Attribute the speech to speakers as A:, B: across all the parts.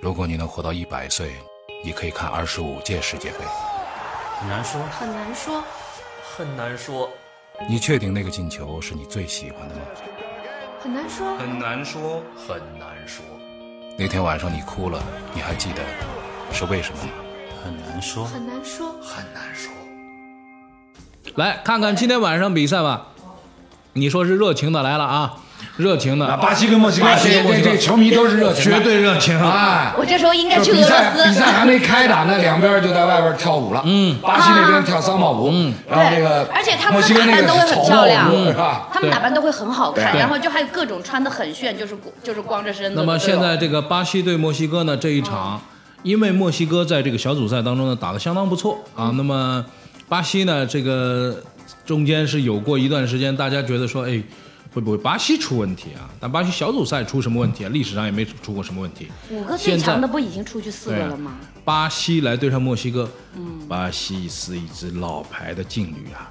A: 如果你能活到一百岁，你可以看二十五届世界杯。
B: 很难说，
C: 很难说。
D: 很难说，
A: 你确定那个进球是你最喜欢的吗？
C: 很难说，
B: 很难说，
D: 很难说，
A: 那天晚上你哭了，你还记得是为什么吗？
B: 很难说，
C: 很难说，
D: 很难说。
E: 来看看今天晚上比赛吧。你说是热情的来了啊，热情
F: 啊，
E: 的，
F: 巴西跟墨西哥，
E: 巴西跟墨
F: 这
E: 西哥
F: 这球迷都是热情的，
E: 绝对热情
F: 啊！
C: 哎我这时候应该去
F: 这比
C: 俄罗
F: 赛比赛
C: 斯。
F: 还没开打呢，两边就在外边跳舞了。嗯，巴西那边跳桑巴舞，嗯，然后那个
C: 对而且他们
F: 墨西哥那个
C: 打扮都会很
F: 草帽
C: 漂亮
E: 嗯
F: 舞是嗯吧？
C: 他们打
E: 对
C: 扮都会很好看，
F: 对
C: 然后就还有各种穿的很炫，就是就是光着身子。
E: 那么
C: 对吧
E: 现在这个巴西对墨西哥呢这一场，因为墨西哥在这个小组赛当中呢打得相当不错啊，那么巴西呢这个中间是有过一段时间，大家觉得说，哎，会不会巴西出问题啊？但巴西小组赛出什么问题啊？历史上也没出过什么问题。
C: 五个最
E: 现在啊
C: 强的不已经出去四个了吗？
E: 巴西来对上墨西哥，巴西是一支老牌的劲旅啊，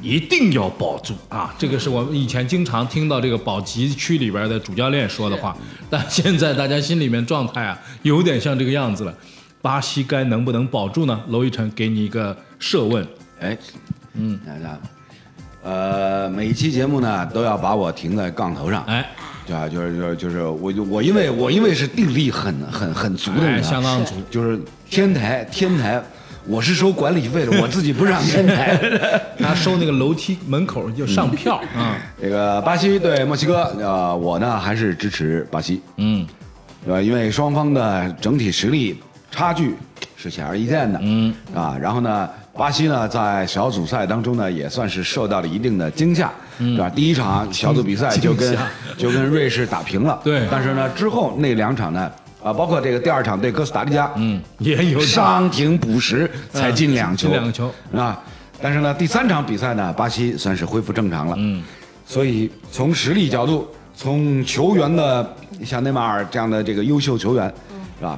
E: 一定要保住啊！这个是我们以前经常听到这个保级区里边的主教练说的话，但现在大家心里面状态啊，有点像这个样子了。巴西该能不能保住呢？娄一晨给你一个设问，
G: 哎，嗯，大家，呃，每一期节目呢都要把我停在杠头上，
E: 哎，
G: 对吧？就是就是就是，我就我因为我因为是定力很很很足的人
E: 哎，
G: 啊，
E: 相当足。
G: 就是天台天台，我是收管理费的，我自己不上天 台。
E: 他收那个楼梯门口就上票啊，
G: 这个巴西对墨西哥，呃，我呢还是支持巴西，
E: 嗯，
G: 对吧？因为双方的整体实力差距是显而易见的，嗯啊，然后呢，巴西呢在小组赛当中呢也算是受到了一定的惊吓，对吧？第一场小组比赛就跟 就跟瑞士打平了，
E: 对
G: 但是呢之后那两场呢，啊，包括这个第二场对哥斯达黎加，嗯，
E: 也有
G: 伤停补时才进两球，
E: 啊嗯进两个球
G: 啊！但是呢，第三场比赛呢，巴西算是恢复正常了，嗯，所以从实力角度，从球员的像内马尔这样的这个优秀球员，是吧？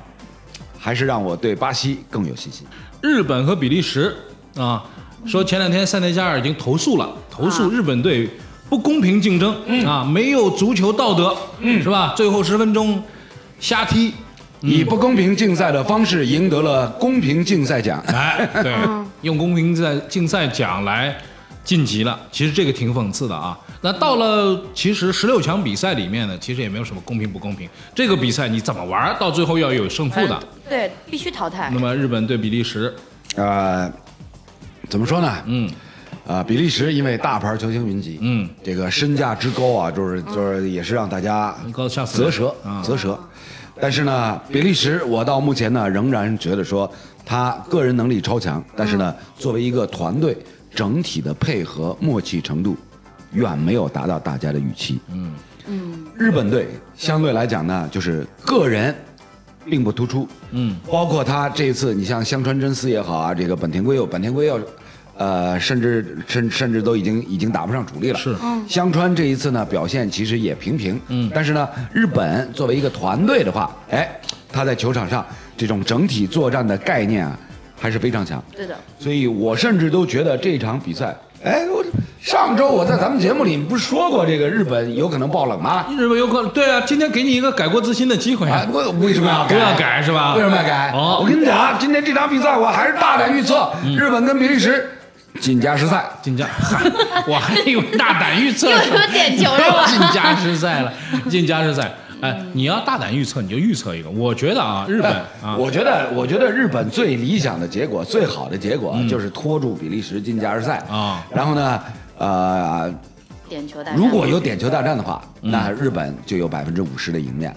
G: 还是让我对巴西更有信心。
E: 日本和比利时啊，说前两天塞内加尔已经投诉了，投诉日本队不公平竞争、啊，没有足球道德，是吧？最后十分钟瞎踢，嗯
G: 以不公平竞赛的方式赢得了公平竞赛奖，
E: 哎，对，用公平在竞赛奖来晋级了。其实这个挺讽刺的啊。那到了其实十六强比赛里面呢，其实也没有什么公平不公平。这个比赛你怎么玩儿，到最后要有胜负的。
C: 对，必须淘汰
E: 那。么日本对比利时，
G: 呃，怎么说呢？
E: 嗯，
G: 啊，比利时因为大牌球星云集，
E: 嗯，
G: 这个身价之高啊，就是就是也是让大家
E: 高吓死
G: 啧
E: 人
G: 舌
E: 啊
G: 啧舌。但是呢，比利时我到目前呢仍然觉得说他个人能力超强，但是呢，
E: 嗯
G: 作为一个团队整体的配合默契程度，远没有达到大家的预期。嗯嗯，日本队相对来讲呢，就是个人并不突出。
E: 嗯，
G: 包括他这次，你像香川真司也好啊，这个本田圭佑，本田圭佑，呃，甚至甚甚至都已经已经打不上主力了。
E: 是，
G: 香川这一次呢，表现其实也平平。嗯，但是呢，日本作为一个团队的话，哎，他在球场上这种整体作战的概念啊，还是非常强。
C: 对的，
G: 所以我甚至都觉得这场比赛，哎，我上周我在咱们节目里不是说过这个日本有可能爆冷吗？
E: 日本有可对啊，今天给你一个改过自新的机会啊
G: 哎，我为什么要改？
E: 不要改是吧
G: 为什么要改？
E: 哦嗯
G: 我跟你讲啊，今天这场比赛我还是大胆预测，日本跟比利时进加时赛。
E: 进加，嗨 我还以为大胆预测
C: 又
E: 是吧
C: 有点啊球是吧？
E: 进加时赛了，进加时赛。哎，
C: 嗯
E: 你要大胆预测，你就预测一个。我觉得啊，日本啊，
G: 哎我觉得，我觉得日本最理想的结果、最好的结果就是拖住比利时进加时赛
E: 嗯啊。
G: 然后呢，呃，
C: 点球大战。
G: 如果有点球大战的话，
E: 嗯
G: 那日本就有百分之五十的赢面。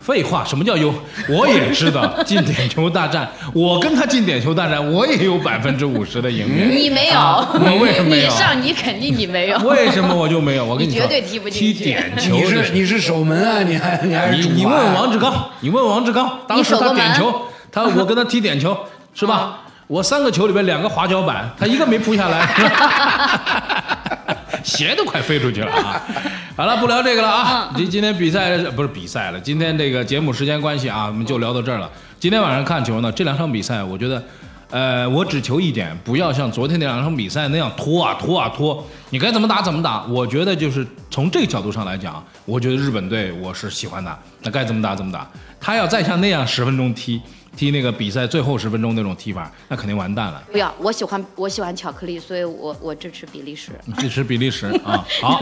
E: 废话，什么叫有？我也知道进点球大战，我跟他进点球大战，我也有百分之五十的赢面。
C: 你没有，
E: 嗯我为什么没有
C: 你上你肯定你没有。
E: 为什么我就没有？我跟说，
C: 嗯你绝对踢不进去
E: 点球
G: 你
E: 的
G: 是你是守门啊，你还你还是
E: 你
G: 主啊
E: 你问王志刚，你问王志刚，当时
C: 你守
E: 他
C: 过门
E: 点球，他我跟他踢点球是吧？
C: 嗯
E: 我三个球里边两个滑脚板，他一个没扑下来，鞋都快飞出去了啊！好了，不聊这个了啊！今今天比赛不是比赛了，今天这个节目时间关系啊，我们就聊到这儿了。今天晚上看球呢，这两场比赛我觉得呃，我只求一点，不要像昨天那两场比赛那样拖啊拖啊拖，你该怎么打怎么打。我觉得就是从这个角度上来讲，我觉得日本队我是喜欢的，那该怎么打怎么打。他要再像那样十分钟踢踢那个比赛最后十分钟那种踢法，那肯定完蛋了。
C: 不要，我喜欢我喜欢巧克力，所以我我支持比利时。
E: 支持比利时啊！好，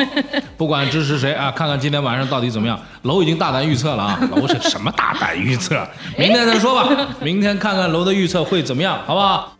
E: 不管支持谁啊，看看今天晚上到底怎么样。楼已经大胆预测了啊！楼是什么大胆预测？明天再说吧，明天看看楼的预测会怎么样，好不好？